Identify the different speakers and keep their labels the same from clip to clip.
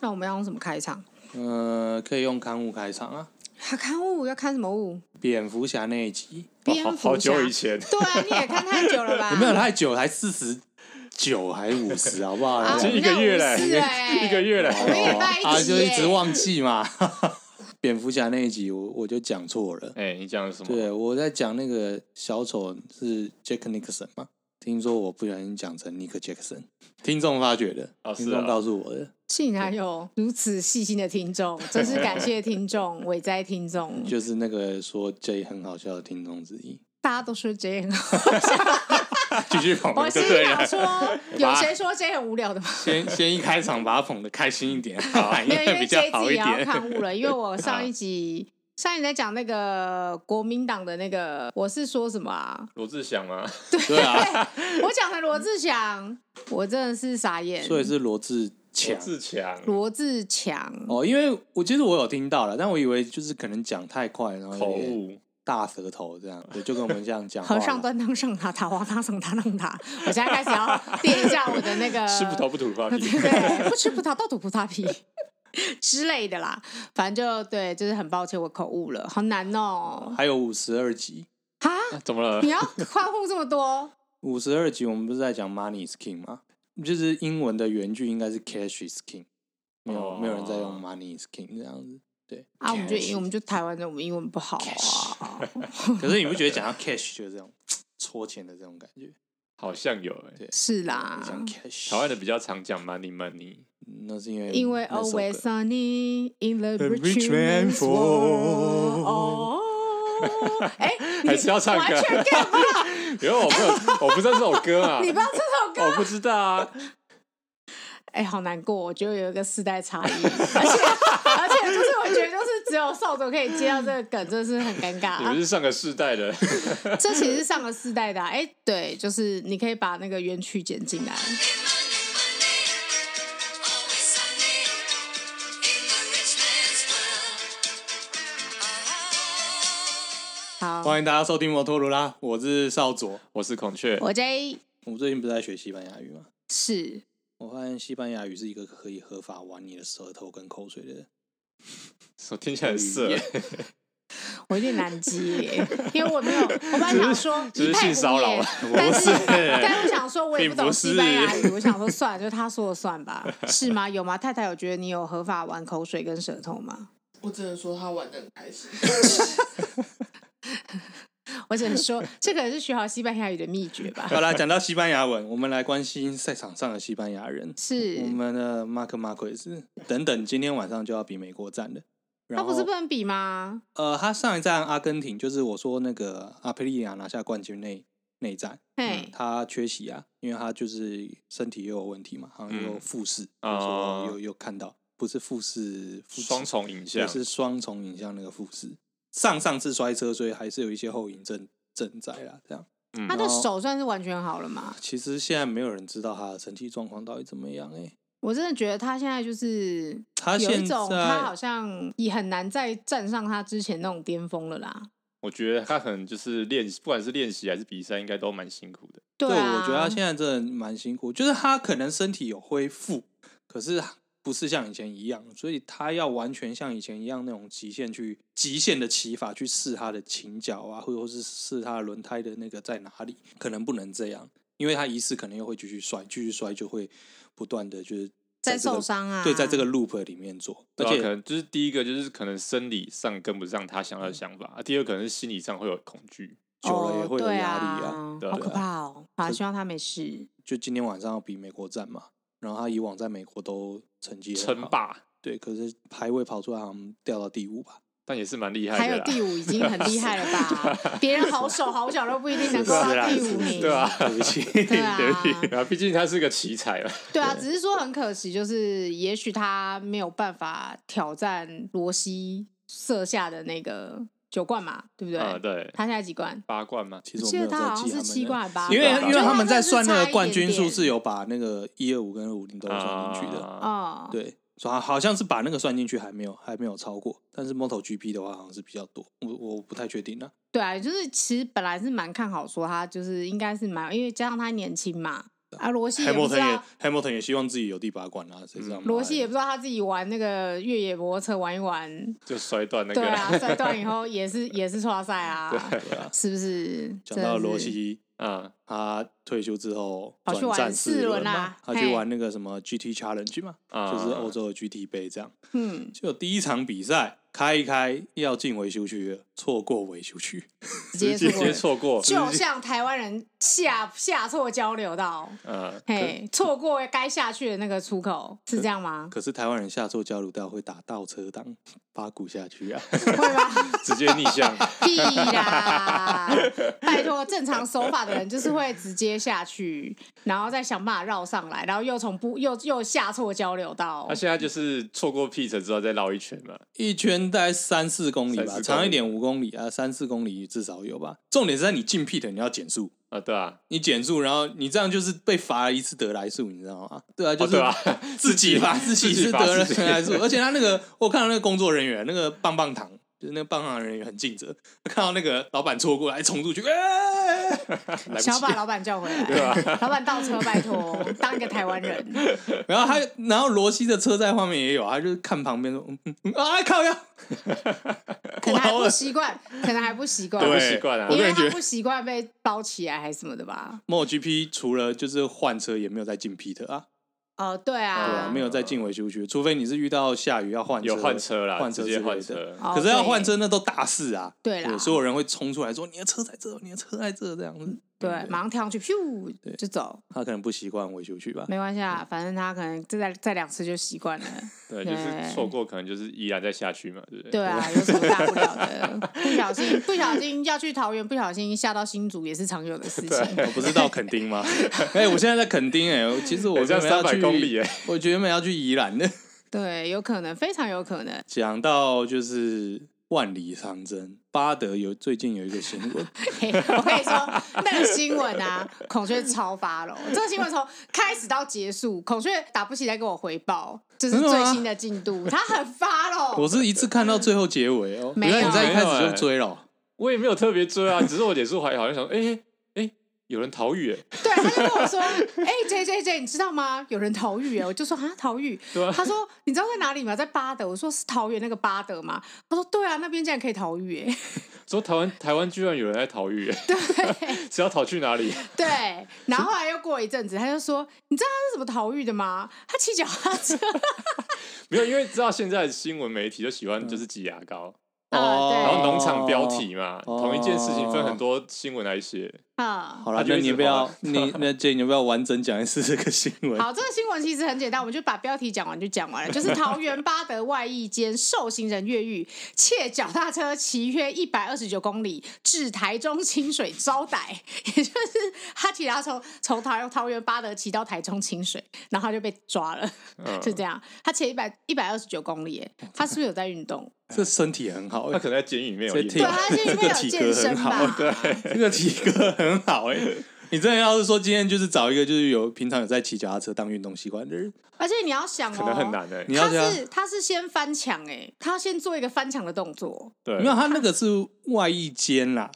Speaker 1: 那我们要用什么开场？
Speaker 2: 呃，可以用刊物开场啊，
Speaker 1: 啊，看物要看什么物？
Speaker 2: 《蝙蝠侠》那一集，
Speaker 1: 蝙蝠
Speaker 3: 好
Speaker 1: 侠
Speaker 3: 好久以前，
Speaker 1: 对啊，你也看太久了吧？
Speaker 2: 有 没有太久？才四十九还五十，好不好？
Speaker 1: 啊
Speaker 3: 已经一个月了，
Speaker 1: 我们哎那
Speaker 3: 一个月了。
Speaker 1: 我们也拜一集
Speaker 2: 啊，就一直
Speaker 1: 耶
Speaker 2: 忘记嘛。 蝙蝠侠那一集我，我就讲错了。
Speaker 3: 哎，你讲什么？
Speaker 2: 对，啊我在讲那个小丑是 Jack Nicholson 嘛？听说我不小心讲成 Nick Jackson，听众发觉的，
Speaker 3: 哦是
Speaker 2: 听众
Speaker 3: 哦
Speaker 2: 告诉我的，
Speaker 1: 竟然有如此细心的听众，真是感谢听众，伟哉听众，
Speaker 2: 就是那个说 J 很好笑的听众之一。
Speaker 1: 大家都说 J 很好。
Speaker 3: 继续捧
Speaker 1: 我
Speaker 3: 就
Speaker 1: 心
Speaker 3: 对
Speaker 1: 里
Speaker 3: 了
Speaker 1: 想。说，有谁说 J 很无聊的吗？
Speaker 2: 先先一开场把他捧的开心 一点，
Speaker 3: 好啊，
Speaker 1: 没有，因为
Speaker 3: 比较
Speaker 1: J 自
Speaker 3: 好
Speaker 1: 己
Speaker 3: 一
Speaker 1: 也要
Speaker 3: 点。
Speaker 1: 看物 了，因为我上一集。上一集在讲那个国民党的那个，我是说什么啊？
Speaker 3: 罗志祥吗？
Speaker 2: 对啊，
Speaker 1: 我讲的罗志祥，我真的是傻眼。
Speaker 2: 所以是罗志
Speaker 3: 罗
Speaker 2: 强。
Speaker 3: 志强，
Speaker 1: 罗志强，
Speaker 2: 哦，因为我其实我有听到了，但我以为就是可能讲太快，然后
Speaker 3: 口
Speaker 2: 也
Speaker 3: 误。
Speaker 2: 大舌头这样，对，就跟我们这样讲话
Speaker 1: 和
Speaker 2: 嘛。
Speaker 1: 尚端汤上塔，塔滑汤上塔弄 塔。我现在开始要练一下我的那个
Speaker 3: 吃葡萄不吐 葡萄
Speaker 1: 对
Speaker 3: 皮。
Speaker 1: 对对，不吃葡萄倒吐葡萄皮 之类的啦。反正就对，就是很抱歉，我口误了，好难哦。
Speaker 2: 还有五十二集，
Speaker 1: 哈，
Speaker 3: 啊怎么了
Speaker 1: 你？要欢呼这么多？
Speaker 2: 五十二集我们不是在讲 money is king 吗？就是英文的原句应该是 cash is king，没有、
Speaker 3: 哦
Speaker 2: 没有人在用 money is king 这样子。对
Speaker 1: 啊，我们就
Speaker 2: cash
Speaker 1: 英，我们就台湾人，我们英文不好啊。
Speaker 2: 可是你不觉得讲到 cash 就是这种搓钱的这种感觉？
Speaker 3: 好像有哎。
Speaker 2: 对
Speaker 1: 是啦，
Speaker 2: 讲 cash，
Speaker 3: 台湾的比较常讲 money money，
Speaker 2: 那是因为
Speaker 1: 因为
Speaker 2: 那首歌
Speaker 1: always sunny in the
Speaker 2: The
Speaker 1: rich
Speaker 2: rich
Speaker 1: man's
Speaker 2: man's
Speaker 1: world。哦， 哎，你
Speaker 3: 还是要唱歌
Speaker 1: 完全 get 不到，
Speaker 3: 因为我没有，我不知道这首歌啊
Speaker 1: 你，不要这首歌。
Speaker 3: 我不知道啊。
Speaker 1: 哎、好难过，我觉得有一个世代差异， 而且而且就是我觉得就是只有少佐可以接到这个梗，真的是很尴 尬、啊
Speaker 3: 你们是上个世代的，
Speaker 1: 这其实是上个世代的、啊，哎、对，就是你可以把那个原曲剪进来。好，
Speaker 2: 欢迎大家收听摩托罗拉，我是少佐。
Speaker 3: 我是孔雀。
Speaker 1: 我 J
Speaker 2: 我最近不是在学西班牙语吗？
Speaker 1: 是
Speaker 2: 我发现西班牙语是一个可以合法玩你的舌头跟口水的
Speaker 3: 我听起来很色
Speaker 2: 语，言
Speaker 1: 我有点难接，因为我没有，我本来想说
Speaker 3: 只
Speaker 1: 一
Speaker 3: 是
Speaker 1: 派
Speaker 3: 性骚
Speaker 1: 胡
Speaker 3: 扰
Speaker 1: 言
Speaker 3: 吧
Speaker 1: 但是
Speaker 3: 不是
Speaker 1: 但我想说我也不懂西班牙
Speaker 3: 并
Speaker 1: 语，我想说算了，就他说了算吧，是吗？有吗？太太有觉得你有合法玩口水跟舌头吗？
Speaker 4: 我只能说他玩的很开心。
Speaker 1: 我只能说，这可能是学好西班牙语的秘诀吧。
Speaker 2: 好啦，讲到西班牙文，我们来关心赛场上的西班牙人，
Speaker 1: 是
Speaker 2: 我，们的 Mark Marquez 等等，今天晚上就要比美国站的。然
Speaker 1: 他
Speaker 2: 后
Speaker 1: 不是不能比吗？
Speaker 2: 呃，他上一站阿根廷，就是我说那个阿佩利亚拿下冠军那那一站，嗯
Speaker 1: 嘿，
Speaker 2: 他缺席啊，因为他就是身体又有问题嘛，好像又
Speaker 3: 嗯
Speaker 2: 复视，
Speaker 3: 啊
Speaker 2: 说有有看到，不是复视，复视
Speaker 3: 双重影
Speaker 2: 也
Speaker 3: 像。
Speaker 2: 是双重影像那个复视。上上次摔车，所以还是有一些后遗症症在啦，这样。
Speaker 3: 嗯
Speaker 1: 他的手算是完全好了嘛？
Speaker 2: 其实现在没有人知道他的身体状况到底怎么样哎、欸
Speaker 1: 我真的觉得他现在就是
Speaker 2: 他
Speaker 1: 有一
Speaker 2: 现
Speaker 1: 种他好
Speaker 2: 在
Speaker 1: 像也很难再站上他之前那种巅峰了啦。
Speaker 3: 我觉得他可能就是练，不管是练习还是比赛，应该都蛮辛苦的。
Speaker 1: 对啊，
Speaker 2: 我觉得他现在真的蛮辛苦，就是他可能身体有恢复，可是不是像以前一样，所以他要完全像以前一样那种极限去极限的骑法去试他的倾角啊，或者是试他的轮胎的那个在哪里，可能不能这样，因为他一试可能又会继续摔，继续摔就会不断的就是
Speaker 1: 在
Speaker 2: 这个
Speaker 1: 受伤啊
Speaker 2: 对，在这个 loop 里面做，而
Speaker 3: 对啊
Speaker 2: 且
Speaker 3: 可能就是第一个就是可能生理上跟不上他想要的想法，啊、第二个可能是心理上会有恐惧。
Speaker 2: 久了也
Speaker 1: 哦
Speaker 2: 会有
Speaker 1: 对
Speaker 2: 压力
Speaker 1: 啊，
Speaker 3: 对啊
Speaker 1: 好可怕哦！好，希望他没事。
Speaker 2: 就今天晚上要比美国站嘛，然后他以往在美国都成绩很
Speaker 3: 称
Speaker 2: 好，
Speaker 3: 霸，
Speaker 2: 对，可是排位跑出来好像掉到第五吧，
Speaker 3: 但也是蛮厉
Speaker 1: 还
Speaker 3: 害的
Speaker 1: 有
Speaker 3: 啦。
Speaker 1: 第五已经很厉害了 吧？别人好手好脚都不一定能够
Speaker 2: 啊是
Speaker 1: 到
Speaker 2: 啦
Speaker 1: 第
Speaker 2: 是
Speaker 1: 五名，
Speaker 3: 对啊，
Speaker 2: 对不 起，
Speaker 1: 对啊，
Speaker 3: 对啊，毕竟他是个奇才嘛。
Speaker 1: 对啊，只是说很可惜，就是也许他没有办法挑战罗西设下的那个九冠嘛，对不对？
Speaker 3: 啊，对，
Speaker 1: 他现在几冠？
Speaker 3: 八冠吗？
Speaker 2: 其
Speaker 1: 我
Speaker 2: 实我
Speaker 1: 记
Speaker 2: 没
Speaker 1: 得
Speaker 2: 有
Speaker 1: 他
Speaker 2: 在
Speaker 1: 好像
Speaker 2: 记
Speaker 1: 是七
Speaker 2: 他们
Speaker 1: 冠啊吧，
Speaker 2: 的，因为
Speaker 3: 吧
Speaker 2: 因为
Speaker 3: 就
Speaker 2: 他们在算那个冠军数是
Speaker 1: 有
Speaker 2: 有把那个一二五跟二五零都算进去的，
Speaker 3: 啊，
Speaker 1: 哦，
Speaker 2: 对，所以好像是把那个算进去，还没有还没有超过，但是 MotoGP 的话好像是比较多，我我不太确定了。
Speaker 1: 啊对啊，就是其实本来是蛮看好说他就是应该是蛮，因为加上他年轻嘛，啊，罗西也不知
Speaker 2: Hamilton 也
Speaker 1: 道，嗯
Speaker 2: Hamilton 也希望自己有第八冠啊，谁知道？
Speaker 1: 罗西也不知道他自己玩那个越野摩托车玩一玩，
Speaker 3: 就摔断那个
Speaker 1: 对
Speaker 3: 啦
Speaker 1: 啊，摔 断以后也是也是刷赛啊，
Speaker 2: 对啊，
Speaker 1: 是不是？
Speaker 2: 讲
Speaker 1: 真
Speaker 2: 到
Speaker 1: 的是
Speaker 2: 罗，西，
Speaker 3: 啊，
Speaker 2: 他退休之后
Speaker 1: 跑去
Speaker 2: 转
Speaker 1: 玩
Speaker 2: 战
Speaker 1: 四
Speaker 2: 轮
Speaker 1: 轮啊
Speaker 2: 嘛，他
Speaker 1: 嘿
Speaker 2: 去玩那个什么 GT Challenge 嘛，
Speaker 3: 啊
Speaker 2: 就是欧洲的 GT 杯这样。
Speaker 1: 嗯，
Speaker 2: 就第一场比赛开一开要进维修区了，错过维修区，
Speaker 1: 直
Speaker 3: 直
Speaker 1: 接
Speaker 3: 接
Speaker 1: 出
Speaker 3: 直
Speaker 1: 国
Speaker 3: 接错过，
Speaker 1: 就像台湾人下下错交流道，
Speaker 3: 嗯，
Speaker 1: 嘿，错过该下去的那个出口，是这样吗？
Speaker 2: 可是台湾人下错交流道会打倒车档，八股下去啊。
Speaker 1: 会吗？
Speaker 3: 直接逆 向，
Speaker 1: 屁啦！拜托，正常手法的人就是会直接下去，然后再想办法绕上来，然后又从不又又下错交流道
Speaker 3: 他。现在就是错过 Pete 之后再绕一圈嘛，
Speaker 2: 一圈大概三四公里
Speaker 3: 三四
Speaker 2: 吧，
Speaker 3: 公里
Speaker 2: 长一点五公里啊，三四公里至少有吧。重点是在你进 pit 你要减速，
Speaker 3: 啊，对啊，
Speaker 2: 你减速，然后你这样就是被罚一次德莱速，你知道吗？对啊，就
Speaker 3: 哦
Speaker 2: 是
Speaker 3: 对啊，
Speaker 2: 自己罚自己一次得了
Speaker 3: 自己
Speaker 2: 德莱速，而且他那个我看到那个工作人员那个棒棒糖。就是那个棒棒糖人员很尽责，看到那个老板错过来冲出去，哎、
Speaker 3: 来不及
Speaker 1: 想要把老板叫回来，老板倒车，拜托，当一个台湾人，
Speaker 2: 然后他，然后罗西的车在画面也有，他就是看旁边说，嗯嗯嗯啊靠呀，
Speaker 1: 可能还不习惯，可能还不习惯，
Speaker 3: 对不习惯啊
Speaker 2: 我
Speaker 1: 因
Speaker 2: 个
Speaker 1: 为
Speaker 2: 人觉
Speaker 1: 他
Speaker 2: 得
Speaker 1: 不习惯被包起来还是什么的吧？
Speaker 2: MotoGP 除了就是换车，也没有在进 Pit 啊，
Speaker 1: 哦，对
Speaker 2: 对啊，
Speaker 1: 啊
Speaker 2: 没，有在进维修区，除非你是遇到下雨要换车，
Speaker 3: 有换车啦，
Speaker 2: 换车
Speaker 3: 直接换
Speaker 2: 之类的。
Speaker 3: 车，
Speaker 1: 哦
Speaker 2: 可是要换，
Speaker 1: 对
Speaker 2: 车那都大事啊，
Speaker 1: 对啦
Speaker 2: 所有人会冲出来说你的车在这，你的车在这这样子，
Speaker 1: 对，马上跳上去，咻
Speaker 2: 对
Speaker 1: 就走，
Speaker 2: 他可能不习惯维修区吧。
Speaker 1: 没关系啊，反正他可能再再两次就习惯了。
Speaker 3: 对，就是
Speaker 1: 对
Speaker 3: 错过，可能就是依然在下去嘛，对不对？
Speaker 1: 对 啊，有什么大不了的？不小心不小心要去桃园，不小心下到新竹也是常有的事情。
Speaker 2: 我不是到垦丁吗？ 哎、我现在在垦丁哎、我其实我
Speaker 3: 欸这样
Speaker 2: 原本要
Speaker 3: 300
Speaker 2: 去
Speaker 3: 公里哎
Speaker 2: 我原本要去宜兰的。
Speaker 1: 对，有可能，非常有可能。
Speaker 2: 讲到就是万里长征，巴德有最近有一个新 闻，
Speaker 1: 嘿我跟你说，那个新闻啊，孔雀超发 了。这个新闻从开始到结束，孔雀打不起来给我回报，就是
Speaker 2: 真的吗
Speaker 1: 最新的进 度，他很发
Speaker 2: 我
Speaker 1: 了。
Speaker 2: 是一次看到最后结尾哦，
Speaker 1: 没有啊
Speaker 2: 原来你在一开
Speaker 3: 没
Speaker 2: 始
Speaker 3: 有哎
Speaker 2: 就追了哦、
Speaker 3: 我也没有特别追啊，只是我脸书还好像想，哎哎，有人逃狱，哎
Speaker 1: 对，他就跟我说：“哎、j J J，你知道吗？有人逃狱耶！”我就说：“啊，逃狱。”
Speaker 3: 对啊
Speaker 1: 他说：“你知道在哪里吗？在巴德。”我说：“是桃园那个巴德吗？”他说：“对啊，那边竟然可以逃狱耶！”
Speaker 3: 说台湾台湾居然有人在逃狱，对， 是要逃去哪里？
Speaker 1: 对，然后后来又过了一阵子，他就说：“你知道他是怎么逃狱的吗？他骑脚踏 车。
Speaker 3: 没有，因为知道现在的新闻媒体就喜
Speaker 2: 嗯
Speaker 3: 欢就是挤牙膏，
Speaker 1: 啊对
Speaker 3: 然后农场标题嘛，
Speaker 2: 哦
Speaker 3: 同一件事情分很多新闻来写，”
Speaker 1: 啊，
Speaker 2: 好了，
Speaker 3: 他就
Speaker 2: 那
Speaker 3: 一直
Speaker 2: 你不要
Speaker 3: 滑，
Speaker 2: 你那姐，你要不要完整讲一次这个新闻？
Speaker 1: 好，这个新闻其实很简单，我们就把标题讲完就讲完了，就是桃园巴德外役间受刑人越狱，窃脚踏车骑约一百二十九公里至台中清水招待， 也就是他骑他从从桃桃园巴德骑到台中清水，然后他就被抓了，
Speaker 3: 嗯，
Speaker 1: 是这样。他骑一百一百二十九公里耶，他是不是有在运动？
Speaker 2: 这身体很好、
Speaker 3: 他
Speaker 2: 欸，
Speaker 3: 可能在监狱里面有
Speaker 2: 这
Speaker 3: 练
Speaker 2: 体
Speaker 1: 对，
Speaker 3: 到
Speaker 1: 他是因为有健身
Speaker 2: 这个体格很
Speaker 1: 吧
Speaker 2: 好？ 这个体格很好哎、欸 你真的要是说今天就是找一个就是有平常有在骑脚踏车当运动习惯的人，
Speaker 1: 而且你要想哦，
Speaker 3: 可能很难哎、
Speaker 2: 你要
Speaker 1: 他
Speaker 2: 这样，
Speaker 1: 是他是先翻墙哎、他要先做一个翻墙的动作，
Speaker 3: 对，嗯
Speaker 2: 没有他那个是外衣间啦，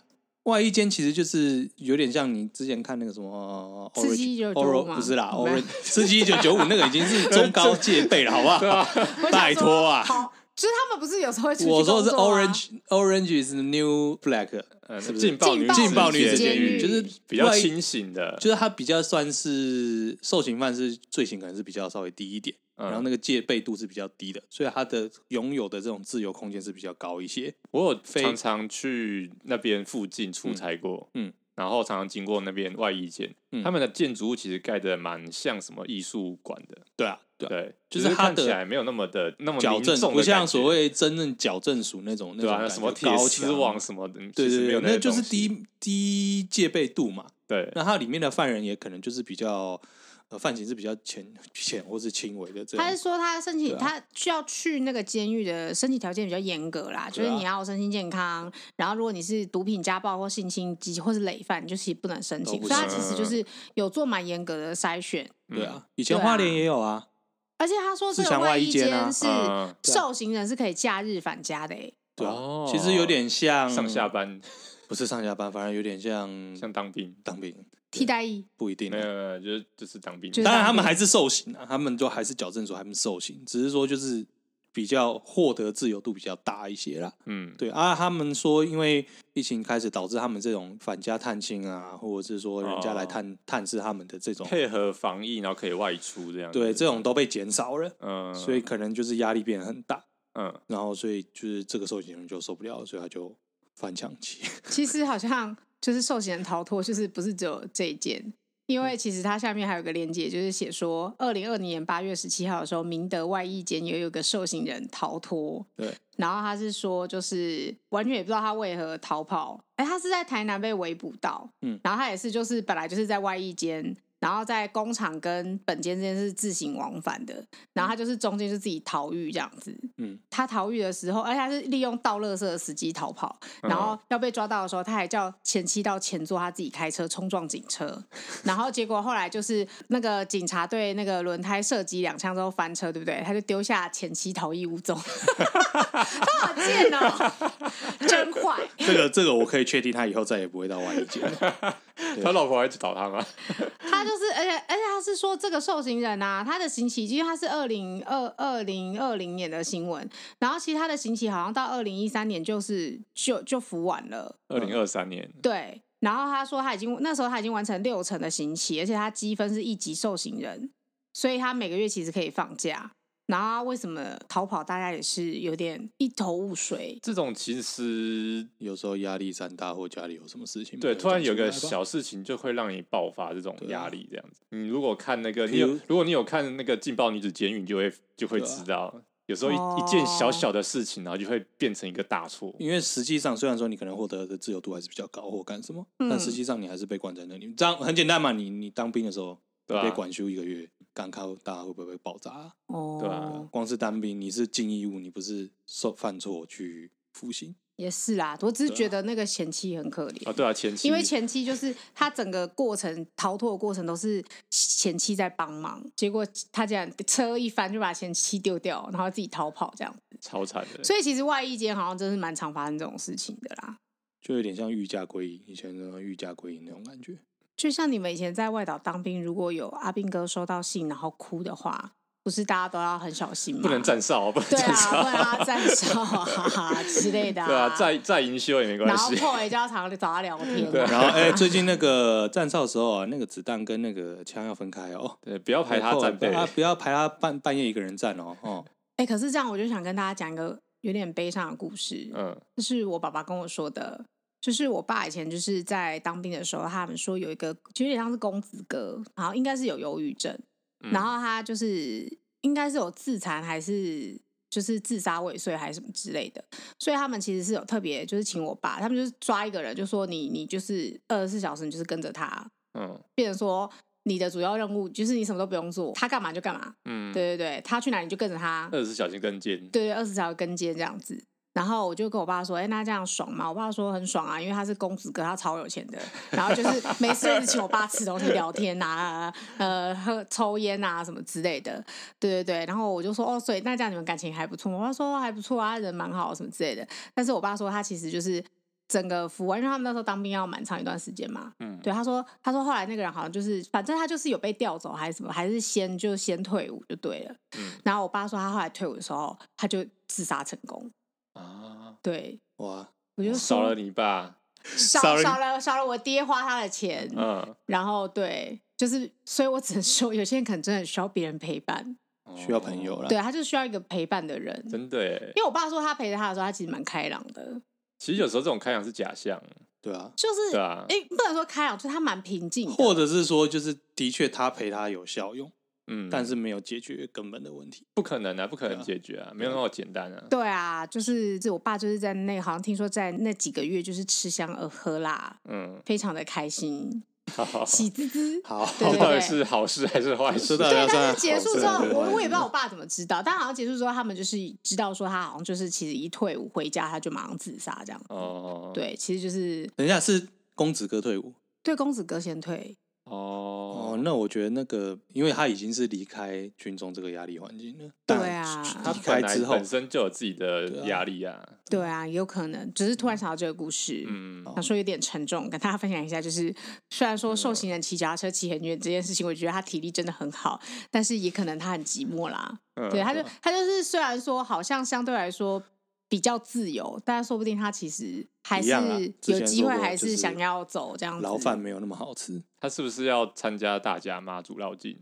Speaker 2: 外衣间其实就是有点像你之前看那个什么呃
Speaker 1: 刺激
Speaker 2: Orange-
Speaker 1: 1995
Speaker 2: Orange-
Speaker 1: 吗
Speaker 2: 不是 啦
Speaker 1: 我们
Speaker 2: ，Orange 刺激一九九五那个已经是中 高戒备了，好不好？
Speaker 1: 我想说
Speaker 2: 拜托啊
Speaker 1: 好，就是他们不是有时候会出去
Speaker 2: 我说是
Speaker 1: 工作啊
Speaker 2: Orange Orange is the new black，
Speaker 3: 嗯
Speaker 2: 是不是
Speaker 3: 劲爆女
Speaker 1: 劲
Speaker 2: 劲爆
Speaker 1: 爆
Speaker 2: 女
Speaker 1: 女
Speaker 2: 子
Speaker 1: 子
Speaker 2: 监
Speaker 1: 监
Speaker 2: 狱
Speaker 1: 狱
Speaker 2: 就是
Speaker 3: 比较
Speaker 2: 外衣
Speaker 3: 清醒的，
Speaker 2: 就是他比较算是受刑犯，是罪行可能是比较稍微低一点，
Speaker 3: 嗯
Speaker 2: 然后那个戒备度是比较低的，所以他的拥有的这种自由空间是比较高一些。
Speaker 3: 我有
Speaker 2: 非
Speaker 3: 常常去那边附近出差过，
Speaker 2: 嗯嗯
Speaker 3: 然后常常经过那边外衣间，
Speaker 2: 嗯
Speaker 3: 他们的建筑物其实盖的蛮像什么艺术馆的，
Speaker 2: 对啊，对啊，
Speaker 3: 对，
Speaker 2: 就是
Speaker 3: 只是
Speaker 2: 它
Speaker 3: 看
Speaker 2: 的
Speaker 3: 起来没有那么的那么
Speaker 2: 矫
Speaker 3: 凝
Speaker 2: 正
Speaker 3: 重的
Speaker 2: 不像
Speaker 3: 感觉
Speaker 2: 所谓真正矫正署那种那
Speaker 3: 对
Speaker 2: 种
Speaker 3: 啊，
Speaker 2: 感
Speaker 3: 那
Speaker 2: 觉
Speaker 3: 什么铁
Speaker 2: 高
Speaker 3: 丝
Speaker 2: 墙
Speaker 3: 网什么的，嗯
Speaker 2: 对
Speaker 3: 其实
Speaker 2: 对
Speaker 3: 没
Speaker 2: 对
Speaker 3: 有，
Speaker 2: 那
Speaker 3: 些
Speaker 2: 就是
Speaker 3: 东西
Speaker 2: 低低戒备度嘛。
Speaker 3: 对
Speaker 2: 那它里面的犯人也可能就是比较呃犯行是比较浅浅或是轻微的这种
Speaker 1: 他。是说他申请、
Speaker 2: 对啊
Speaker 1: 他需要去那个监狱的申请条件比较严格
Speaker 2: 啊
Speaker 1: 啦，就是你要身心健康，然后如果你是毒品、家暴或性侵及或是累犯，你就其实不能申
Speaker 2: 都
Speaker 1: 请，
Speaker 2: 不
Speaker 1: 所以他
Speaker 3: 行
Speaker 1: 其实就是有做蛮严格的筛选。
Speaker 2: 对
Speaker 3: 嗯
Speaker 2: 啊，以
Speaker 1: 对
Speaker 2: 前
Speaker 1: 啊
Speaker 2: 花莲也有啊，
Speaker 1: 而且他说这
Speaker 2: 自
Speaker 1: 个
Speaker 2: 强外
Speaker 1: 外
Speaker 2: 衣
Speaker 1: 衣
Speaker 2: 间
Speaker 1: 间
Speaker 2: 啊
Speaker 1: 是
Speaker 3: 嗯
Speaker 1: 受刑人是可以假日返家的、欸，
Speaker 2: 对啊
Speaker 3: 哦，
Speaker 2: 其实有点像
Speaker 3: 上下班
Speaker 2: 不是上下班，反而有点像
Speaker 3: 像当兵，
Speaker 2: 当兵，
Speaker 1: 替代役
Speaker 2: 不一定
Speaker 3: 没
Speaker 2: 啊、
Speaker 3: 有没有，就是就是当兵，
Speaker 1: 就是
Speaker 2: 当然，他
Speaker 1: 当
Speaker 2: 们
Speaker 1: 兵
Speaker 2: 还是受刑啊，他们就还是矫正所，他们受刑，只是说就是比较获得自由度比较大一些啦。
Speaker 3: 嗯，
Speaker 2: 对啊，他们说因为疫情开始导致他们这种返家探亲啊，或者是说人家来探、探视他们的这种，
Speaker 3: 哦配合防疫，然后可以外出这样子，
Speaker 2: 对这种都被减少了，
Speaker 3: 嗯，
Speaker 2: 所以可能就是压力变得很大，
Speaker 3: 嗯，
Speaker 2: 然后所以就是这个受刑人就受不了，所以他就翻墙期。
Speaker 1: 其实好像就是受刑人逃脱，就是不是只有这一件。因为其实它下面还有个链接，就是写说，二零二零年八月十七号的时候，明德外役间也有个受刑人逃脱，
Speaker 2: 对，
Speaker 1: 然后他是说，就是完全也不知道他为何逃跑，哎，他是在台南被围捕到，
Speaker 2: 嗯
Speaker 1: 然后他也是就是本来就是在外役间，然后在工厂跟本间之间是自行往返的，然后他就是中间就自己逃狱这样子，
Speaker 2: 嗯，
Speaker 1: 他逃狱的时候，而且他是利用倒垃圾的时机逃跑，然后要被抓到的时候，他还叫前妻到前座，他自己开车冲撞警车， 然后结果后来就是那个警察对那个轮胎射击两枪之后翻车，对不对？他就丢下前妻逃逸 无踪，他好贱哦， 真坏。
Speaker 2: 这个这个我可以确定，他以后再也不会到外一间了。
Speaker 3: 他老婆还指导他吗？
Speaker 2: 嗯
Speaker 1: 他就是，而且而且他是说这个受刑人啊，他的刑期，因为他是二零二二零二零年的新闻，然后其实他的刑期好像到二零一三年就是就就服完了。
Speaker 3: 二零二三年，
Speaker 1: 对，然后他说他已经那时候他已经完成六成的刑期，而且他积分是一级受刑人，所以他每个月其实可以放假。然后他为什么逃跑，大家也是有点一头雾水。
Speaker 3: 这种其实
Speaker 2: 有时候压力山大，或家里有什么事情，
Speaker 3: 对，突然有个
Speaker 2: 小。
Speaker 3: 小事情就会让你爆发这种
Speaker 2: 对啊
Speaker 3: 压力，这样子。你如果看那个，
Speaker 2: 比
Speaker 3: 你有
Speaker 2: 如
Speaker 3: 如果你有看那个《劲爆女子监狱》，你就会就会
Speaker 2: 对啊
Speaker 3: 知道，有时候一、
Speaker 1: 哦
Speaker 3: 一件小小的事情，然后就会变成一个大错。
Speaker 2: 因为实际上，虽然说你可能获得的自由度还是比较高，或干什么，但实际上你还是被关在那里。这样很简单嘛，你你当兵的时候，
Speaker 3: 对啊
Speaker 2: 你被管休一个月，敢看大家会不会被爆炸啊、
Speaker 1: 哦，
Speaker 3: 对啊
Speaker 2: 光是当兵，你是尽义务，你不是受犯错去服刑。
Speaker 1: 也是啦，我只是觉得那个前妻很可怜。
Speaker 3: 啊，对啊，前期
Speaker 1: 因为前妻就是他整个过程逃脱的过程都是前妻在帮忙，结果他竟然车一翻就把前妻丢掉，然后自己逃跑这样。
Speaker 3: 超惨的，
Speaker 1: 所以其实外衣间好像真是蛮常发生这种事情的啦。
Speaker 2: 就有点像欲加归隐，以前的欲加归隐那种感 觉。
Speaker 1: 就像你们以前在外岛当兵，如果有阿兵哥收到信然后哭的话，不是大家都要很小心吗？
Speaker 3: 不能站哨，不能
Speaker 1: 对
Speaker 3: 站
Speaker 1: 啊，
Speaker 3: 哨，
Speaker 1: 不然 他站哨啊 之类的、
Speaker 3: 对啊，再再营修也没关
Speaker 1: 然后
Speaker 3: 系。
Speaker 1: 破也就要常找他聊天啊
Speaker 3: 对啊
Speaker 1: 嘛。
Speaker 2: 然后，哎、最近那个站哨的时候啊，那个子弹跟那个枪要分开哦，
Speaker 3: 对，不要排他站队
Speaker 2: 不。要不要排他半半夜一个人站哦，哦，
Speaker 1: 哎、可是这样我就想跟大家讲一个有点悲伤的故事。
Speaker 3: 嗯，
Speaker 1: 这是我爸爸跟我说的，就是我爸以前就是在当兵的时候，他们说有一个就有点像是公子哥，然后应该是有忧郁症，
Speaker 3: 嗯
Speaker 1: 然后他就是应该是有自残还是。就是自杀未遂还是什么之类的，所以他们其实是有特别，就是请我爸，他们就是抓一个人，就说你你就是二十四小时你就是跟着他，
Speaker 3: 嗯
Speaker 1: 变成说你的主要任务就是你什么都不用做，他干嘛就干嘛，
Speaker 3: 嗯，，
Speaker 1: 对对对，他去哪你就跟着他，
Speaker 3: 二十四小时跟进，
Speaker 1: 对对，二十条跟街这样子。然后我就跟我爸说：“哎、那这样爽吗？”我爸说：“很爽啊，因为他是公子哥，他超有钱的。然后就是每次一直请我爸吃东西、聊天啊，呃，喝抽烟啊什么之类的。对对对。然后我就说：哦，所以那这样你们感情还不错吗？我爸说哦还不错啊，人蛮好什么之类的。但是我爸说他其实就是整个服完，因为他们那时候当兵要蛮长一段时间嘛。
Speaker 3: 嗯，
Speaker 1: 对，他说，他说后来那个人好像就是，反正他就是有被调走还是什么，还是先就先退伍就对了。
Speaker 3: 嗯
Speaker 1: 然后我爸说他后来退伍的时候，他就自杀成功。
Speaker 3: 啊，
Speaker 1: 对
Speaker 2: 哇，
Speaker 1: 我就
Speaker 3: 哦少
Speaker 1: 说
Speaker 3: 了你爸，
Speaker 1: 少
Speaker 3: 少了
Speaker 1: 少了少了我爹花他的钱，
Speaker 3: 嗯，
Speaker 1: 然后对，就是所以我只能说，有些人可能真的需要别人陪伴，
Speaker 2: 需要朋友，啦。
Speaker 1: 对，他啊就需要一个陪伴的人。
Speaker 3: 哦啊真的耶。
Speaker 1: 因为我爸说他陪着他的时候，他其实蛮开朗的，
Speaker 3: 其实有时候这种开场是假象，
Speaker 2: 对啊，
Speaker 1: 就是
Speaker 3: 对啊，
Speaker 1: 诶不能说开朗，就是他蛮平静的，
Speaker 2: 或者是说，就是的确他陪他有效用。
Speaker 3: 嗯，
Speaker 2: 但是没有解决根本的问题。
Speaker 3: 不可能啊，不可
Speaker 2: 对
Speaker 3: 能
Speaker 2: 啊
Speaker 3: 解决啊，没有那么简单啊。
Speaker 1: 对啊，就是这我爸就是在那好像听说在那几个月就是吃香而喝辣，
Speaker 3: 嗯，
Speaker 1: 非常的开心，
Speaker 3: 好，
Speaker 1: 喜滋滋。
Speaker 2: 好，
Speaker 1: 对
Speaker 3: 这
Speaker 1: 对
Speaker 3: 到底是好事还是坏事？
Speaker 2: 知道
Speaker 1: 对，
Speaker 2: 要
Speaker 1: 但
Speaker 2: 算
Speaker 1: 是结
Speaker 2: 好
Speaker 1: 束
Speaker 2: 事
Speaker 1: 之后，
Speaker 2: 对
Speaker 1: 我我也不知道
Speaker 2: 对
Speaker 1: 我爸怎么知道，但好像结束之后，他们就是知道说他好像就是其实一退伍回家他就马上自杀这样。
Speaker 3: 哦，
Speaker 1: 对，其实就是
Speaker 2: 等一下是公子哥退伍
Speaker 1: 对公子哥先退，
Speaker 3: 哦
Speaker 2: 哦，， ，那我觉得那个，因为他已经是离开军中这个压力环境了，但
Speaker 1: 对啊
Speaker 2: 离
Speaker 3: 他
Speaker 2: 开
Speaker 3: 本来
Speaker 2: 之后
Speaker 3: 本，身就有自己的压力啊，
Speaker 1: 对啊，有可能，只是突然想到这个故事，
Speaker 3: 嗯，
Speaker 2: 哦
Speaker 1: 想说有点沉重，跟大家分享一下。就是虽然说受刑人骑脚踏车骑很远这件事情，我觉得他体力真的很好，但是也可能他很寂寞啦。
Speaker 3: 嗯
Speaker 1: 对，他就他就是虽然说好像相对来说比较自由，但说不定他其实还
Speaker 2: 一
Speaker 1: 是
Speaker 2: 样啊之
Speaker 1: 有
Speaker 2: 前
Speaker 1: 机
Speaker 2: 说
Speaker 1: 会，
Speaker 2: 过
Speaker 1: 还
Speaker 2: 就是是
Speaker 1: 想要走这样子。
Speaker 2: 牢饭没有那么好吃，
Speaker 3: 他是不是要参加大家妈祖 绕境？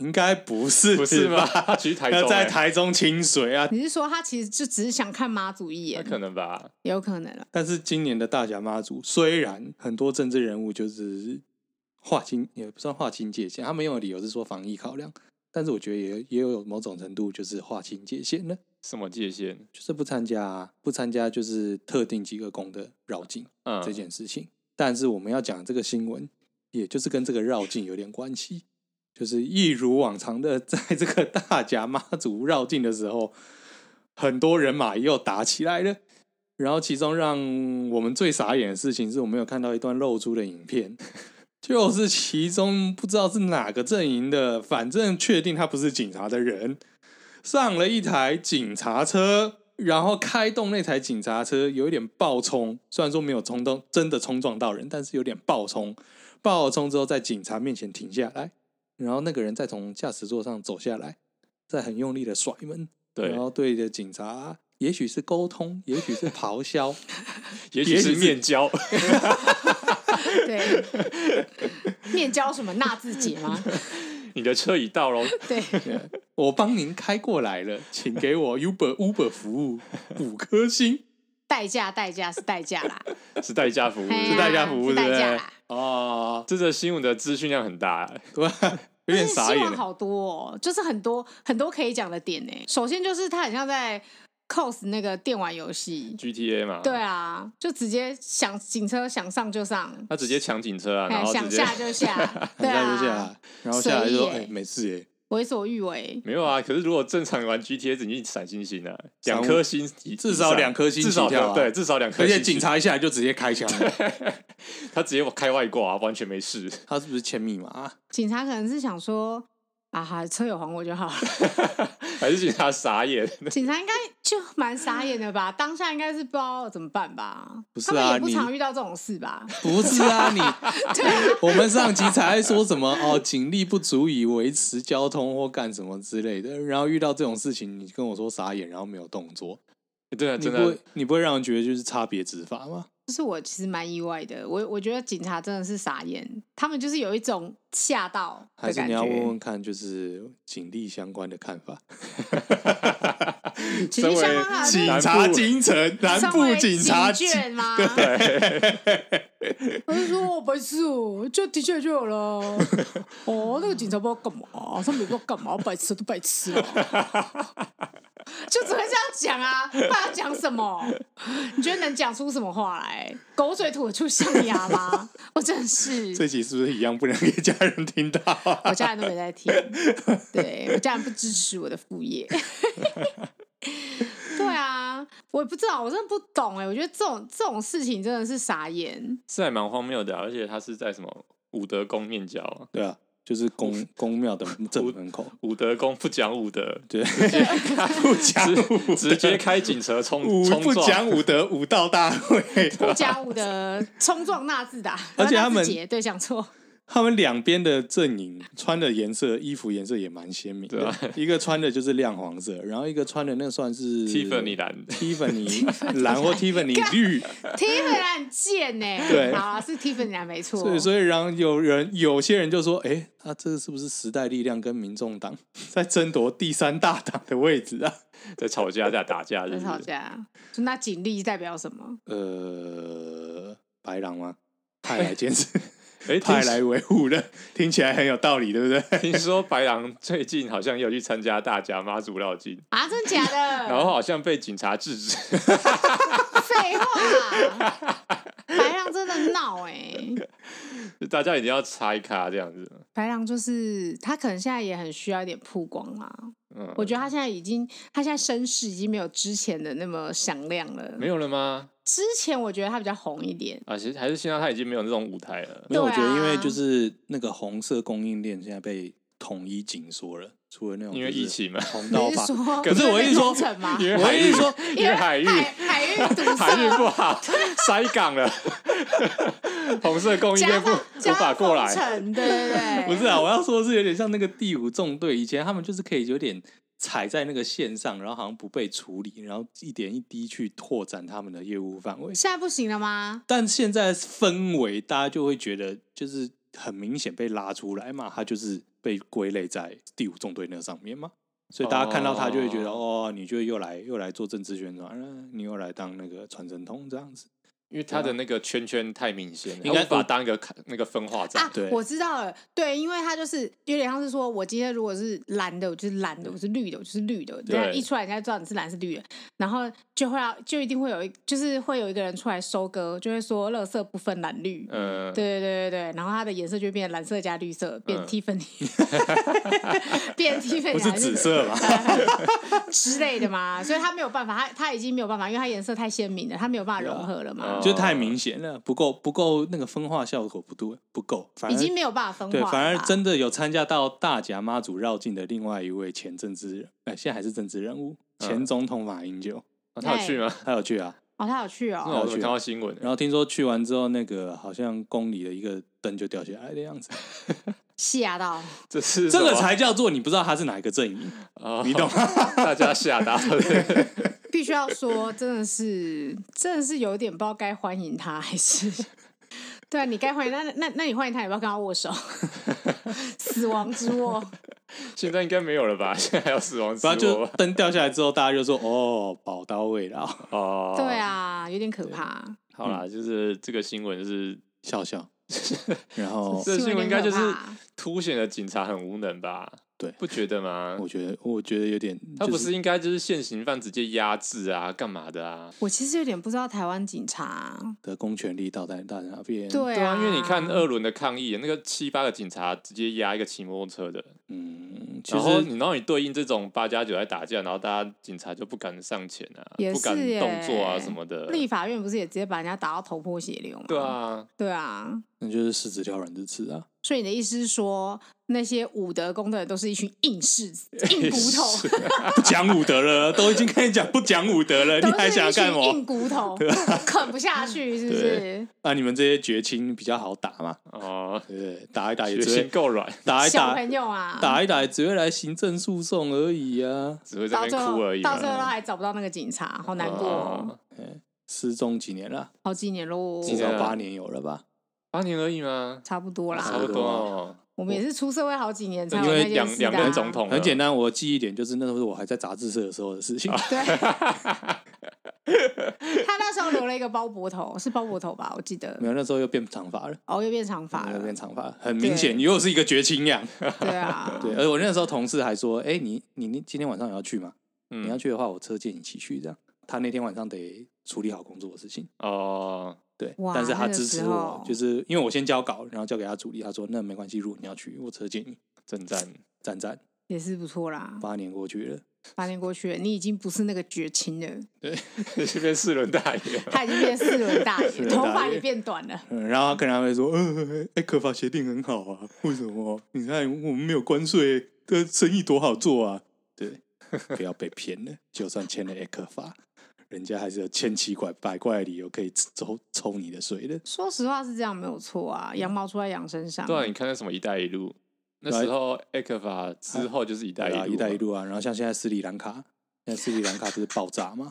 Speaker 2: 应该不是
Speaker 3: 不是吗？
Speaker 2: 吧
Speaker 3: 他 去台
Speaker 2: 要
Speaker 3: 中、
Speaker 2: 在
Speaker 3: 欸，
Speaker 2: 台中清水啊，
Speaker 1: 你是说他其实就只是想看妈祖一
Speaker 3: 那
Speaker 1: 眼？
Speaker 3: 可能吧。
Speaker 1: 有可能啊。
Speaker 2: 但是今年的大甲妈祖，虽然很多政治人物就是划清，也不算划清界限，他们用的理由是说防疫考量，但是我觉得也也有某种程度就是划清界限了，
Speaker 3: 什么界限？
Speaker 2: 就是不参加、啊，不参加就是特定几个宫的绕境
Speaker 3: 嗯，
Speaker 2: 这件事情。但是我们要讲这个新闻，也就是跟这个绕境有点关系，就是一如往常的， 在这个大甲妈祖绕境的时候，很多人马又打起来了。然后，其中让我们最傻眼的事情是我们有看到一段露出的影片，就是其中不知道是哪个阵营的，反正确定他不是警察的人，上了一台警察车，然后开动那台警察车，有一点爆冲，虽然说没有冲动，真的冲撞到人，但是有点爆冲。爆冲之后，在警察面前停下来，然后那个人再从驾驶座上走下来，再很用力的甩门，
Speaker 3: 对
Speaker 2: 然，后对着警察，也许是沟通，也许是咆哮，
Speaker 3: 嗯也许是面交，
Speaker 1: 对，面交什么纳字节吗？
Speaker 3: 你的车已到喽。
Speaker 1: 对，
Speaker 2: 对我帮您开过来了，请给我 Uber Uber 服务五颗星。
Speaker 1: 代驾代驾是代驾啦，
Speaker 3: 是代驾服务，
Speaker 1: 嘿啊
Speaker 2: 是代驾服务
Speaker 1: 是代
Speaker 2: 对不
Speaker 1: 驾
Speaker 2: 对
Speaker 1: 啦。
Speaker 2: 哦，
Speaker 3: 这则新闻的资讯量很大、欸，
Speaker 2: 对，有点
Speaker 1: 但是
Speaker 2: 傻
Speaker 1: 新
Speaker 2: 眼
Speaker 1: 闻。好多哦，就是很多很多可以讲的点呢。首先就是他很像在 cos 那个电玩游戏，
Speaker 3: GTA 嘛，
Speaker 1: 对，啊，就直接想警车想上就上，
Speaker 3: 他直接抢警车啊，然
Speaker 1: 哎，
Speaker 3: 后直
Speaker 1: 想
Speaker 3: 接。
Speaker 1: 下就 下，对
Speaker 2: 很下就下
Speaker 1: 啊，
Speaker 2: 来，然后下来就说：“
Speaker 1: 随意
Speaker 2: 哎、
Speaker 1: 耶
Speaker 2: 没事耶，
Speaker 1: 为所欲为
Speaker 3: 没有啊。可是如果正常玩 GTA，只你闪星星啊，
Speaker 2: 三
Speaker 3: 两
Speaker 2: 五
Speaker 3: 颗星以，
Speaker 2: 至少两颗星
Speaker 3: 至少
Speaker 2: 起跳啊
Speaker 3: 对，至少两颗
Speaker 2: 而
Speaker 3: 星。
Speaker 2: 且警察一下来就直接开枪了，
Speaker 3: 他直接开外挂、啊完全没事。
Speaker 2: 他是不是签密码啊？
Speaker 1: 警察可能是想说。啊哈，车有还我就好了。
Speaker 3: 还是警察傻 眼，
Speaker 1: 警察应该就蛮傻眼的吧，当下应该是不知道怎么办吧。
Speaker 2: 不是
Speaker 1: 他
Speaker 2: 啊
Speaker 1: 们也不
Speaker 2: 你
Speaker 1: 常遇到这种事吧？
Speaker 2: 不是啊， 你我们上集才在说什么哦，警力不足以维持交通或干什么之类的，然后遇到这种事情，你跟我说傻眼，然后没有动作，
Speaker 3: 对啊，
Speaker 2: 你
Speaker 3: 真
Speaker 2: 不
Speaker 3: 的
Speaker 2: 会你不会让人觉得就是差别执法吗？
Speaker 1: 就是我其实蛮意外的，我我觉得警察真的是傻眼，他们就是有一种吓到
Speaker 2: 还
Speaker 1: 的
Speaker 2: 是
Speaker 1: 感
Speaker 2: 你
Speaker 1: 觉。
Speaker 2: 要问问看，就是警力相关的看 法？
Speaker 1: 其实相关
Speaker 3: 身为
Speaker 1: 的
Speaker 3: 警察
Speaker 1: 身为 警
Speaker 2: 京城
Speaker 1: 卷吗？对， 我就说我没事哦，就的确就有了。哦，那个警察不知道干嘛，他们也不知道干嘛，白痴都白痴了。就只会这样讲啊，不然要讲什么？你觉得能讲出什么话来？狗嘴吐得出象牙吗？我真的是，
Speaker 2: 这集是不是一样不能给家人听到、啊
Speaker 1: 我家人都没在听，对我家人不支持我的副业。 对啊，我也不知道，我真的不懂哎、我觉得这种这种事情真的是傻眼。
Speaker 3: 是还蛮荒谬的啊、而且他是在什么武德宫面交啊，
Speaker 2: 对啊，就是公公庙的正门口，
Speaker 3: 武德宫不讲武德，
Speaker 2: 对，不讲武德
Speaker 3: 直接开警车冲
Speaker 2: 武
Speaker 3: 冲
Speaker 2: 不
Speaker 3: 撞，
Speaker 2: 讲武德武道大会，
Speaker 1: 不加武 的冲撞纳智达，
Speaker 2: 而且他们
Speaker 1: 纳智捷对讲错，
Speaker 2: 他们两边的阵营穿的颜色衣服颜色也蛮鲜明
Speaker 3: 对
Speaker 2: 的
Speaker 3: 啊，
Speaker 2: 一个穿的就是亮黄色，然后一个穿的那算是
Speaker 3: Tiffany 蓝
Speaker 2: Tiffany 蓝或 Tiffany 绿。
Speaker 1: Tiffany 很贱呢、
Speaker 2: 对
Speaker 1: 好啊，是 Tiffany 啊没错。
Speaker 2: 所以，所以，然后有人有些人就说：“哎、啊，这是不是时代力量跟民众党在争夺第三大党的位置 啊
Speaker 3: 在吵架，在打架，是
Speaker 1: 在
Speaker 3: 不
Speaker 1: 吵
Speaker 3: 是？
Speaker 1: 架，就那警力代表什么？？”
Speaker 2: 呃，白狼吗？派来坚持，
Speaker 3: 哎，
Speaker 2: 派
Speaker 3: 听
Speaker 2: 来维护的，听起来很有道理，对不对？
Speaker 3: 听说白狼最近好像也有去参加大甲妈祖绕境，
Speaker 1: 啊，真假 的？
Speaker 3: 然后好像被警察制止。
Speaker 1: 废话，白狼真的闹哎、
Speaker 3: 大家一定要拆卡这样子。
Speaker 1: 白狼就是他，可能现在也很需要一点曝光啦。
Speaker 3: 嗯，
Speaker 1: 我觉得他现在已经，他现在声势已经没有之前的那么响亮了。
Speaker 3: 没有了吗？
Speaker 1: 之前我觉得他比较红一点，
Speaker 3: 啊，其实还是现在他已经没有那种舞台了。
Speaker 2: 没有，我
Speaker 1: 对
Speaker 2: 觉得因为
Speaker 1: 啊
Speaker 2: 就是那个红色供应链现在被统一紧缩了，除了那种
Speaker 3: 因为
Speaker 2: 就是
Speaker 3: 疫情嘛
Speaker 2: 红到
Speaker 1: 你
Speaker 2: 发
Speaker 1: 是，说
Speaker 2: 可是我一
Speaker 1: 一
Speaker 2: 说
Speaker 1: 吗？
Speaker 3: 因为
Speaker 2: 我
Speaker 3: 海
Speaker 2: 跟你
Speaker 3: 域
Speaker 2: 说，
Speaker 3: 因为海域
Speaker 1: 海海域堵
Speaker 3: 海运
Speaker 1: 塞，
Speaker 3: 不好，塞 港了，红色供应
Speaker 1: 加
Speaker 3: 链不
Speaker 1: 上
Speaker 3: 无
Speaker 1: 加
Speaker 3: 法
Speaker 1: 上
Speaker 3: 过
Speaker 1: 封
Speaker 3: 来。
Speaker 1: 城，对对
Speaker 2: 不
Speaker 1: 对，
Speaker 2: 是啊，我要说的是有点像那个第五纵队，以前他们就是可以有点踩在那个线上，然后好像不被处理，然后一点一滴去拓展他们的业务范围。
Speaker 1: 现在不行了吗？
Speaker 2: 但现在氛围，大家就会觉得就是很明显被拉出来嘛，他就是被归类在第五纵队那上面嘛，所以大家看到他就会觉得哦你就又来又来做政治宣传，嗯你又来当那个传声筒这样子。
Speaker 3: 因为他的那个圈圈太明显了，
Speaker 2: 应该
Speaker 3: 他无法当一个看那个分化
Speaker 1: 啊
Speaker 3: 站。，
Speaker 2: 对
Speaker 1: 我知道了，对，因为他就是有点像是说，我今天如果是蓝的，我就是蓝的；我是绿的，我就是绿的。
Speaker 3: 对
Speaker 1: 对，一出来人家知道你是蓝是绿的，然后就会要就一定会有一，就是会有一个人出来收割，就会说“垃圾不分蓝绿”
Speaker 3: 嗯，
Speaker 1: 对对对对，然后它的颜色就变蓝色加绿色，变
Speaker 3: 嗯
Speaker 1: Tiffany，、变 Tiffany
Speaker 2: 不是紫色 吧？
Speaker 1: 之类的嘛，所以它没有办法，它它已经没有办法，因为它颜色太鲜明了，它没有办法融合了嘛，
Speaker 3: 嗯
Speaker 2: 就太明显了，不够不够那个分化效果不对，不够，反而
Speaker 1: 已经没有办法分化
Speaker 2: 对，
Speaker 1: 了吧。
Speaker 2: 反而真的有参加到大甲妈祖绕境的另外一位前政治人，呃，现在还是政治人物，
Speaker 3: 嗯
Speaker 2: 前总统马英九，
Speaker 3: 啊他有去吗？
Speaker 2: 他有去啊。
Speaker 1: 哦，它有趣
Speaker 3: 那
Speaker 1: 哦，
Speaker 3: 我怎么看到新闻？
Speaker 2: 然后听说去完之后，那个好像宫里的一个灯就掉下来的样子，
Speaker 1: 吓到
Speaker 3: 这是
Speaker 2: 这个
Speaker 3: 什么
Speaker 2: 才叫做你不知道他是哪一个阵营，
Speaker 3: 啊
Speaker 2: 你懂吗？
Speaker 3: 大家吓到了。
Speaker 1: 必须要说，真的是真的是有点不知道该欢迎他还是。对啊，你该欢迎他，那那那你欢迎他，你不要跟他握 手，死亡之握。
Speaker 3: 现在应该没有了吧？现在还有死亡之
Speaker 2: 然后就
Speaker 3: 握吧
Speaker 2: 灯掉下来之后，大家就说哦，宝刀未老，
Speaker 3: 哦，
Speaker 1: 对，啊，有点可怕。
Speaker 3: 好啦，就是这个新闻是，
Speaker 2: 笑笑。然后
Speaker 3: 这新闻应该就是
Speaker 1: 新闻有点可怕
Speaker 3: 凸显了警察很无能吧？
Speaker 2: 对
Speaker 3: 不觉得吗
Speaker 2: 我？觉得，我觉得有点，
Speaker 3: 他
Speaker 2: 就
Speaker 3: 不是应该就是现行犯直接压制啊，干嘛的啊？
Speaker 1: 我其实有点不知道台湾警察、
Speaker 2: 的公权力到在大家那边，
Speaker 1: 对
Speaker 3: 对
Speaker 1: 啊
Speaker 3: 啊，因为你看二轮的抗议，那个七八个警察直接压一个骑摩托车的，
Speaker 2: 嗯，其
Speaker 3: 然后
Speaker 2: 实
Speaker 3: 你然后你对应这种八加九在打架，然后大家警察就不敢上前啊，
Speaker 1: 也
Speaker 3: 不敢
Speaker 1: 是耶
Speaker 3: 动作啊什么的。
Speaker 1: 立法院不是也直接把人家打到头破血流吗？
Speaker 3: 对，啊，
Speaker 1: 对啊。
Speaker 2: 那就是狮子挑软的刺啊。
Speaker 1: 所以你的意思是说，那些武德宫的人都是一群硬柿子、硬骨
Speaker 3: 哎
Speaker 1: 头，
Speaker 2: 不讲武德了，都已经跟你讲不讲武德了，你
Speaker 1: 都
Speaker 2: 还
Speaker 1: 是
Speaker 2: 想
Speaker 1: 一
Speaker 2: 干
Speaker 1: 群
Speaker 2: 嘛
Speaker 1: 硬骨头，
Speaker 3: 啊
Speaker 1: 啃不下去，是不是？
Speaker 2: 啊？你们这些绝亲比较好打嘛，
Speaker 3: 哦，
Speaker 2: 对不对？打一打也
Speaker 3: 血
Speaker 2: 哎只
Speaker 3: 性
Speaker 2: 会
Speaker 3: 够软，
Speaker 2: 打一
Speaker 1: 小
Speaker 2: 打
Speaker 1: 朋友啊，
Speaker 2: 打一打，只会来行政诉讼而已啊。
Speaker 3: 只会在
Speaker 1: 到
Speaker 3: 那
Speaker 1: 最
Speaker 3: 边
Speaker 1: 后
Speaker 3: 哭而已嘛。
Speaker 1: 啊到最后都还找不到那个警察，好难过、哦，
Speaker 3: 哦
Speaker 2: 失踪几年了，
Speaker 1: 好几年喽，
Speaker 2: 至
Speaker 3: 年
Speaker 2: 少
Speaker 3: 了
Speaker 2: 八年有了吧？
Speaker 3: 八年而已吗？
Speaker 1: 差不多
Speaker 3: 差
Speaker 1: 啦
Speaker 3: 不。多哦，
Speaker 1: 我们也是出社会好几年才有
Speaker 3: 因
Speaker 1: 那
Speaker 3: 为
Speaker 1: 件
Speaker 3: 两
Speaker 1: 事的啊
Speaker 3: 两任总，统了
Speaker 2: 很简单，我记忆点就是那时候我还在杂志社的时候的事情。
Speaker 1: 对， 他那时候留了一个包脖头，是包脖头吧？我记得，
Speaker 2: 没有，那时候又变长发了，
Speaker 1: 哦，又变长发
Speaker 2: 又
Speaker 1: 了
Speaker 2: 变，长发，很明显又是一个绝亲样。
Speaker 1: 对啊，
Speaker 2: 对，而我那时候同事还说：“哎，你你你今天晚上也要去吗？
Speaker 3: 嗯
Speaker 2: 你要去的话，我车借你一起去。”这样，他那天晚上得处理好工作的事情。
Speaker 3: 哦，
Speaker 2: 对
Speaker 1: 哇，
Speaker 2: 但是
Speaker 1: 那
Speaker 2: 他
Speaker 1: 个
Speaker 2: 支
Speaker 1: 时
Speaker 2: 持我
Speaker 1: 候，
Speaker 2: 就是因为我先交稿，然后交给他主力，他说那没关系，如果你要去，我车借你。
Speaker 3: 真赞，
Speaker 2: 赞赞，
Speaker 1: 也是不错啦。
Speaker 2: 八年过去 了，
Speaker 1: 八年过去了，你已经不是那个绝情了，
Speaker 3: 这边四轮大爷。
Speaker 1: 他已经变四轮大爷，
Speaker 2: 轮大
Speaker 1: 头
Speaker 2: 爷
Speaker 1: 发也变短了。
Speaker 2: 嗯，然后他可能还会说，呃，哎、可法协定很好啊，为什么？你看我们没有关税，这生意多好做啊。对， 不要被骗了，就算签了艾克法，人家还是有千奇怪百怪的理由可以抽抽你的税的。
Speaker 1: 说实话是这样，没有错啊，羊毛出在羊身上。
Speaker 3: 对啊，你看那什么“一带一路”，那时候 e c 法之后就是“一带
Speaker 2: 啊对
Speaker 3: 一
Speaker 2: 啊，
Speaker 3: 路”，
Speaker 2: 一带一，路啊，然后像现在斯里兰卡，现在斯里兰卡不是爆炸吗？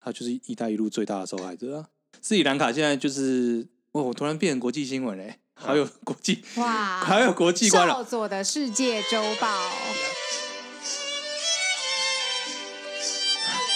Speaker 2: 它就是一带一路最大的受害者啊。斯里兰卡现在就是，哇，我突然变成国际新闻嘞、还有国际，
Speaker 1: 哇，
Speaker 3: 啊
Speaker 2: 还有啊国际观了
Speaker 1: 少。佐的世界周报，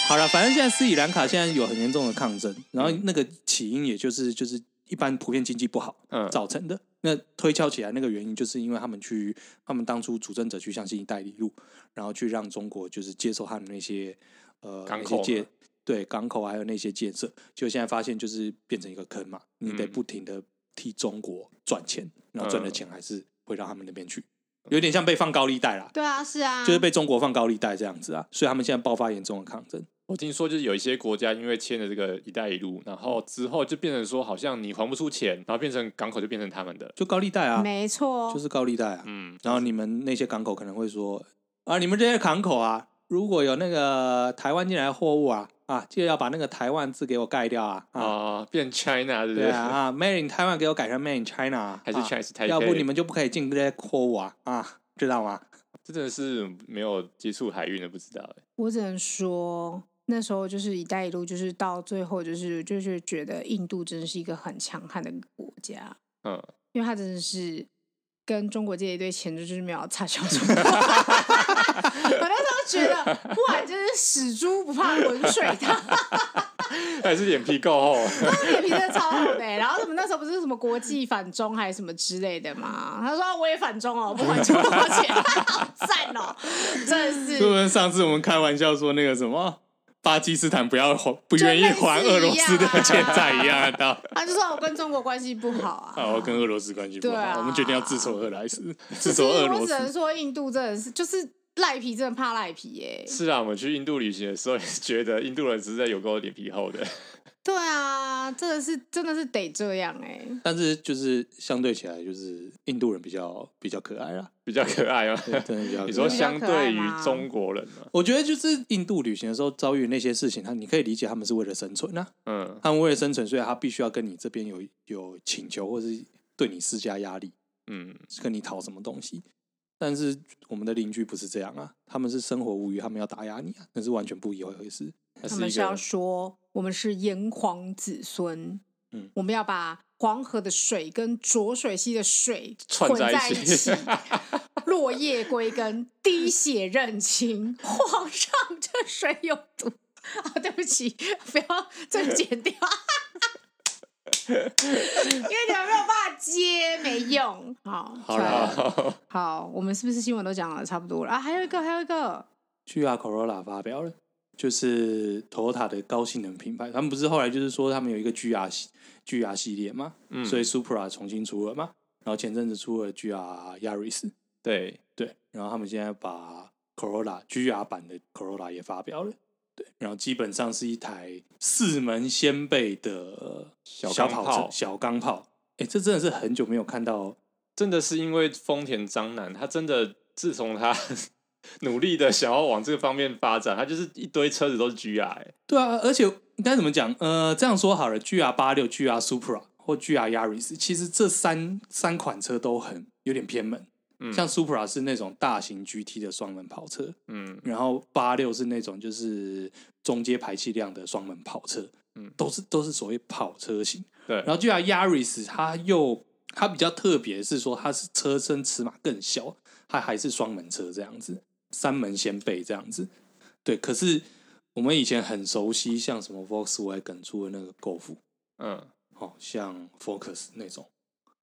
Speaker 2: 好了，反正现在斯里兰卡现在有很严重的抗争，然后那个起因也就是就是一般普遍经济不好
Speaker 3: 嗯，
Speaker 2: 造成的。那推敲起来，那个原因就是因为他们去，他们当初主政者去相信“一带一路”，然后去让中国就是接受他们那些呃
Speaker 3: 港
Speaker 2: 那
Speaker 3: 口
Speaker 2: 些建
Speaker 3: 嘛
Speaker 2: 对港口还有那些建设，就现在发现就是变成一个坑嘛，你得
Speaker 3: 嗯
Speaker 2: 不停的替中国赚钱，然后赚的
Speaker 3: 嗯
Speaker 2: 钱还是会让他们那边去，有点像被放高利贷啦，
Speaker 3: 嗯
Speaker 1: 对啊，是啊，
Speaker 2: 就是被中国放高利贷这样子啊，所以他们现在爆发严重的抗争。
Speaker 3: 我听说就是有一些国家因为签了这个“一带一路”，然后之后就变成说好像你还不出钱，然后变成港口就变成他们的。
Speaker 2: 就高利贷啊，
Speaker 1: 没错，
Speaker 2: 就是高利贷啊。
Speaker 3: 嗯，
Speaker 2: 然后你们那些港口可能会说啊，你们这些港口啊，如果有那个台湾进来的货物啊啊，记得要把那个台湾字给我盖掉啊啊，
Speaker 3: 啊，变 China 对不
Speaker 2: 对
Speaker 3: 对？
Speaker 2: 啊啊，Made in 台湾给我改成 Made in China，啊
Speaker 3: 还是
Speaker 2: 啊
Speaker 3: Chinese Taipei
Speaker 2: 要不你们就不可以进这些货物啊啊，知道吗？
Speaker 3: 这真的是没有接触海运的，不知道欸
Speaker 1: 我只能说，那时候就是“一带一路”，就是到最后，就是就是觉得印度真是一个很强悍的国家，
Speaker 3: 嗯，
Speaker 1: 因为它真的是跟中国借一堆钱，就是没有擦小手。 我那时候觉得，哇，真是死猪不怕滚水烫，
Speaker 3: 还是脸皮够 厚。啊
Speaker 1: 脸皮真的超厚的欸、然后什么那时候不是什么国际反中还是什么之类的嘛？他说、啊我也反中哦，不还中国钱，好赞哦，真的
Speaker 2: 是不
Speaker 1: 是。
Speaker 2: 是上次我们开玩笑说那个什么巴基斯坦不要还不
Speaker 1: 就
Speaker 2: 愿意
Speaker 1: 类似
Speaker 2: 还俄罗
Speaker 1: 一样
Speaker 2: 斯的
Speaker 1: 啊
Speaker 2: 欠债一样的道理？
Speaker 1: 他就说我跟中国关系不好啊，
Speaker 2: 啊，我跟俄罗斯关系不好，
Speaker 1: 对啊
Speaker 2: 我们决定要自首俄来 斯，自
Speaker 1: 所
Speaker 2: 首
Speaker 1: 以
Speaker 2: 俄
Speaker 1: 我
Speaker 2: 罗
Speaker 1: 只能
Speaker 2: 斯。
Speaker 1: 说印度真的是就是赖皮，真的怕赖皮耶、
Speaker 3: 是啊，我们去印度旅行的时候也是觉得印度人实在有够脸皮厚的。
Speaker 1: 对啊，真的是真的是得这样哎、
Speaker 2: 但是就是相对起来，就是印度人比较比较可爱啦，
Speaker 3: 比较可爱啊。
Speaker 2: 对真的比较可爱。
Speaker 3: 你说
Speaker 1: 比较
Speaker 3: 相
Speaker 1: 可
Speaker 3: 对
Speaker 1: 爱
Speaker 3: 于
Speaker 1: 吗
Speaker 3: 中国人嘛，
Speaker 2: 我觉得就是印度旅行的时候遭遇那些事情，他你可以理解他们是为了生存啊，
Speaker 3: 嗯
Speaker 2: 他们为了生存，所以他必须要跟你这边有有请求，或是对你施加压力，
Speaker 3: 嗯，
Speaker 2: 跟你讨什么东西。但是我们的邻居不是这样啊，他们是生活无余，他们要打压你啊，那是完全不一回事。
Speaker 3: 那
Speaker 1: 他
Speaker 3: 是
Speaker 1: 们
Speaker 3: 一
Speaker 1: 是要
Speaker 3: 个
Speaker 1: 说我们是炎黄子孙，
Speaker 2: 嗯
Speaker 1: 我们要把黄河的水跟浊水溪的水
Speaker 3: 串
Speaker 1: 混
Speaker 3: 在一
Speaker 1: 在
Speaker 3: 起
Speaker 1: 起落叶归根，滴血认亲。皇上，这水有毒啊！对不起，不要这个剪掉，因为你们没有办法接，没用。好，
Speaker 3: 好
Speaker 1: 算了，
Speaker 3: 了，
Speaker 1: 好，我们是不是新闻都讲了差不多了啊？还有一个，还有一个，
Speaker 2: 去啊 Corolla 发表了，就是 Toyota 的高性能品牌，他们不是后来就是说他们有一个 GR 系 GR 系列嘛，
Speaker 3: 嗯
Speaker 2: 所以 Supra 重新出了嘛，然后前阵子出了 GR Yaris，
Speaker 3: 对，
Speaker 2: 对，然后他们现在把 Corolla GR 版的 Corolla 也发表了，对，然后基本上是一台四门掀背的
Speaker 3: 小
Speaker 2: 小
Speaker 3: 钢
Speaker 2: 跑
Speaker 3: 炮
Speaker 2: 车、小钢炮，哎，这真的是很久没有看到
Speaker 3: 真的是因为丰田章男，他真的自从他 努力的想要往这个方面发展，他就是一堆车子都是 GR，欸
Speaker 2: 对啊，而且应该怎么讲？呃，这样说好了，GR 八六、GR Supra 或 GR Yaris，其实这三三款车都很有点偏门。
Speaker 3: 嗯
Speaker 2: 像 Supra 是那种大型 GT 的双门跑车，
Speaker 3: 嗯，
Speaker 2: 然后八六是那种就是中阶排气量的双门跑车，
Speaker 3: 嗯
Speaker 2: 都是都是所谓跑车型。
Speaker 3: 对，
Speaker 2: 然后 GR Yaris 它又它比较特别是说它是车身尺码更小，它还是双门车这样子，三门掀背这样子。对，可是我们以前很熟悉像什么 Volkswagen 出的那个 Golf，
Speaker 3: 嗯
Speaker 2: 哦，像 Focus 那种，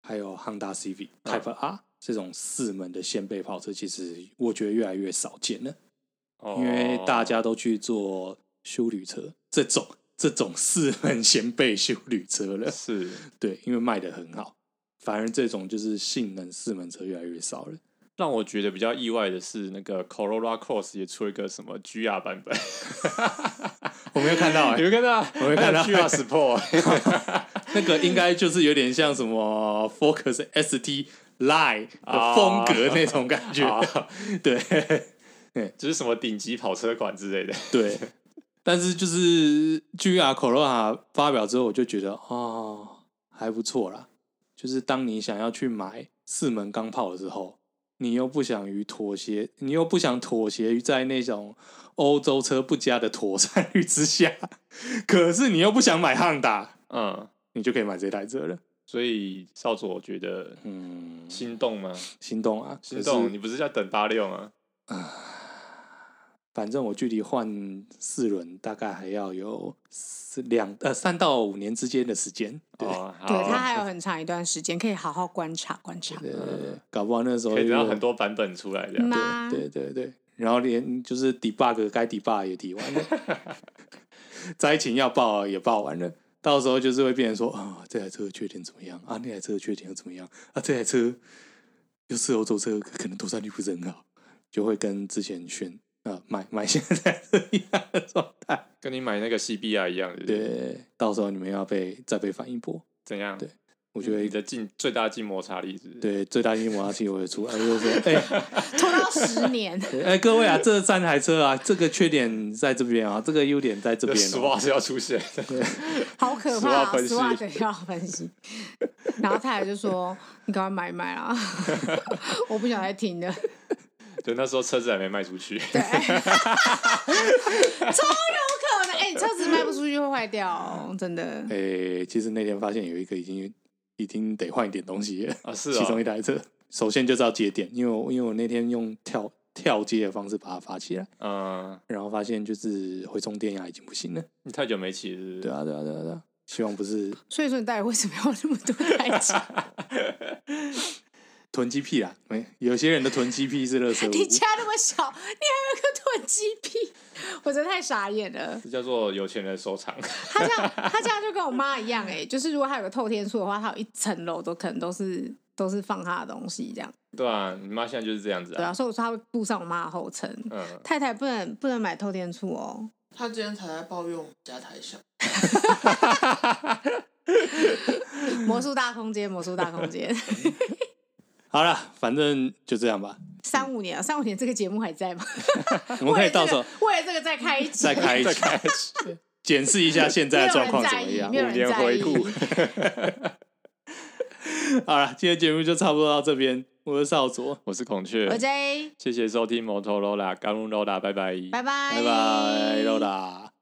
Speaker 2: 还有 Honda Civic
Speaker 3: 嗯
Speaker 2: Type R、这种四门的掀背跑车，其实我觉得越来越少见了。
Speaker 3: 哦
Speaker 2: 因为大家都去做修旅车这种这种四门掀背修旅车了，
Speaker 3: 是
Speaker 2: 对，因为卖的很好，反而这种就是性能四门车越来越少了。
Speaker 3: 让我觉得比较意外的是，那个 Corolla Cross 也出了一个什么 GR 版 本，
Speaker 2: 我没有看到、欸，
Speaker 3: 你们看到？
Speaker 2: 我没看到
Speaker 3: 还有 GR Sport，
Speaker 2: 那个应该就是有点像什么 Focus ST Line 的风格那种感觉，
Speaker 3: 啊
Speaker 2: 对
Speaker 3: 就是什么顶级跑车款之类的。
Speaker 2: 对。但是就是 GR Corolla 发表之后，我就觉得哦还不错啦。就是当你想要去买四门钢炮的时候，你又不想于妥协，你又不想妥协于在那种欧洲车不佳的妥善率之下， 可是你又不想买汉达，
Speaker 3: 嗯，
Speaker 2: 你就可以买这台车了。
Speaker 3: 所以少佐觉得
Speaker 2: 嗯，
Speaker 3: 心动吗？
Speaker 2: 心动啊，
Speaker 3: 心
Speaker 2: 可
Speaker 3: 动？
Speaker 2: 是
Speaker 3: 你不是在等八六吗？
Speaker 2: 反正我距离换四轮大概还要有四两呃三到五年之间的时间。对
Speaker 3: 哦，好
Speaker 1: 对他还有很长一段时间可以好好观察观察。
Speaker 2: 对对对，搞不好那时候
Speaker 3: 嗯可以等到
Speaker 2: 又
Speaker 3: 很多版本出来这样。
Speaker 1: 妈，
Speaker 2: 对对对，然后连就是 debug 该 debug 也 debug 完了， 灾情要报也报完了，到时候就是会变成说啊、这台车的缺点怎么样啊，那台车的缺点又怎么样啊，这台车又是欧洲车，可能妥善率不是呃 很好，就会跟之前选啊、买买现在这一样的状态。
Speaker 3: 跟你买那个 CBR 一样，是不是，
Speaker 2: 对，到时候你们要被再被反一波。
Speaker 3: 怎样？
Speaker 2: 对我觉得
Speaker 3: 你的静最大静摩擦力是不是，
Speaker 2: 对最大阴谋要气我也出来，就是说，哎、
Speaker 1: 拖到十年，
Speaker 2: 对哎、各位啊，这三台车啊，这个缺点在这边啊，这个优点在这
Speaker 3: 这
Speaker 2: 边、
Speaker 3: 实
Speaker 2: 哦。
Speaker 3: 话是要出现的。
Speaker 1: 好可怕、
Speaker 3: 实话
Speaker 1: 啊！
Speaker 3: 分析
Speaker 1: 实话等要分析。然后太太就说：“你赶快买一买啦， 我不想再听了。”
Speaker 3: 对，那时候车子还没卖出去，
Speaker 1: 可能哎、车子卖不出去会坏掉哦，真的。
Speaker 2: 哎、其实那天发现有一个已经已经得换一点东西了
Speaker 3: 啊是哦
Speaker 2: 其中一台车，首先就是要接电，因为我因为我那天用跳跳接的方式把它发起来，
Speaker 3: 嗯，
Speaker 2: 然后发现就是回充电压已经不行了。
Speaker 3: 你太久没骑是
Speaker 2: 对
Speaker 3: 不是？
Speaker 2: 啊，对啊，对啊，对啊。希望不是
Speaker 1: 所以说你到底为什么要那么多台车？
Speaker 2: 囤积癖啦，没有些人的囤积癖是乐色。
Speaker 1: 你家那么小，你还有一个囤积癖，我真的太傻眼了。
Speaker 3: 这叫做有钱人收藏。
Speaker 1: 他这 样，他这样就跟我妈一样哎、就是如果他有个透天厝的话，他有一层楼都可能都是都是放他的东西这样。
Speaker 3: 对啊，你妈现在就是这样子
Speaker 1: 对啊，
Speaker 3: 啊。
Speaker 1: 所以我说他会步上我妈的后尘。
Speaker 3: 嗯，
Speaker 1: 太太不能不能买透天厝 哦，
Speaker 4: 他今天才在抱怨我们家太小，
Speaker 1: 魔术大空间，魔术大空 间，
Speaker 2: 好了，反正就这样吧。
Speaker 1: 三五年啊，三五年这个节目还在吗？ 啊
Speaker 2: 我们可以到时候
Speaker 1: 为了这个为了这个再开一集，
Speaker 2: 再开
Speaker 3: 嗯
Speaker 2: 一集，检视一下现在的状况怎么样
Speaker 1: 没。有人在意，没有
Speaker 3: 五
Speaker 1: 人
Speaker 3: 年
Speaker 1: 在意。
Speaker 2: 好了，今天节目就差不多到这边。我是少佐，
Speaker 3: 我是孔雀
Speaker 1: 我，J，
Speaker 3: 谢谢收听摩托罗拉，甘露罗拉，拜拜，
Speaker 1: 拜拜，
Speaker 2: 拜拜，露。达。